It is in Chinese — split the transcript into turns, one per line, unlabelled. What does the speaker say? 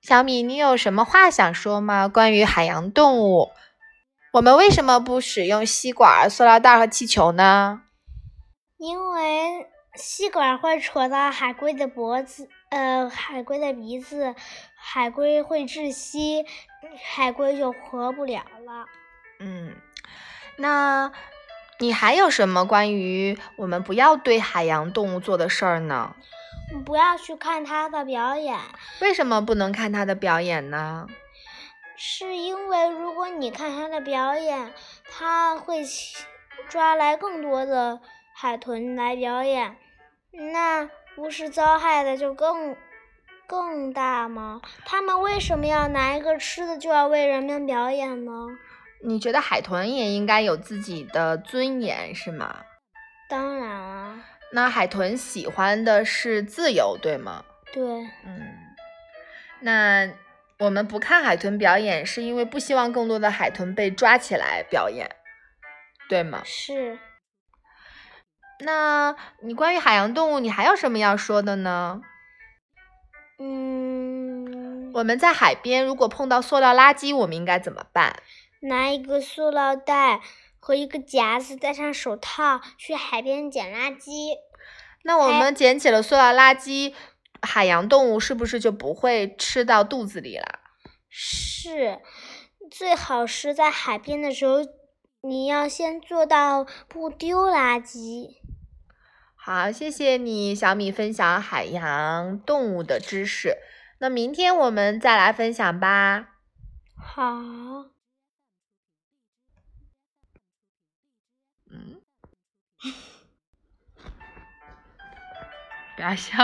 小米，你有什么话想说吗？关于海洋动物，我们为什么不使用吸管、塑料袋和气球呢？
因为吸管会戳到海龟的脖子，呃，海龟的鼻子，海龟会窒息，海龟就活不了了。
嗯，那你还有什么关于我们不要对海洋动物做的事儿呢？
你不要去看它的表演，
为什么不能看它的表演呢？
是因为如果你看它的表演，它会起抓来更多的海豚来表演，那不是遭害的就更更大吗？他们为什么要拿一个吃的就要为人们表演呢？
你觉得海豚也应该有自己的尊严是吗？
当然啊，
那海豚喜欢的是自由，对吗？
对，
嗯，那我们不看海豚表演，是因为不希望更多的海豚被抓起来表演，对吗？
是。
那你关于海洋动物，你还有什么要说的呢？
嗯，
我们在海边如果碰到塑料垃圾，我们应该怎么办？
拿一个塑料袋和一个夹子，戴上手套，去海边捡垃圾。
那我
还
们捡起了塑料垃圾，海洋动物是不是就不会吃到肚子里了？
是，最好是在海边的时候，你要先做到不丢垃圾。
好，谢谢你，小米分享海洋动物的知识。那明天我们再来分享吧。
好。
嗯，不要笑。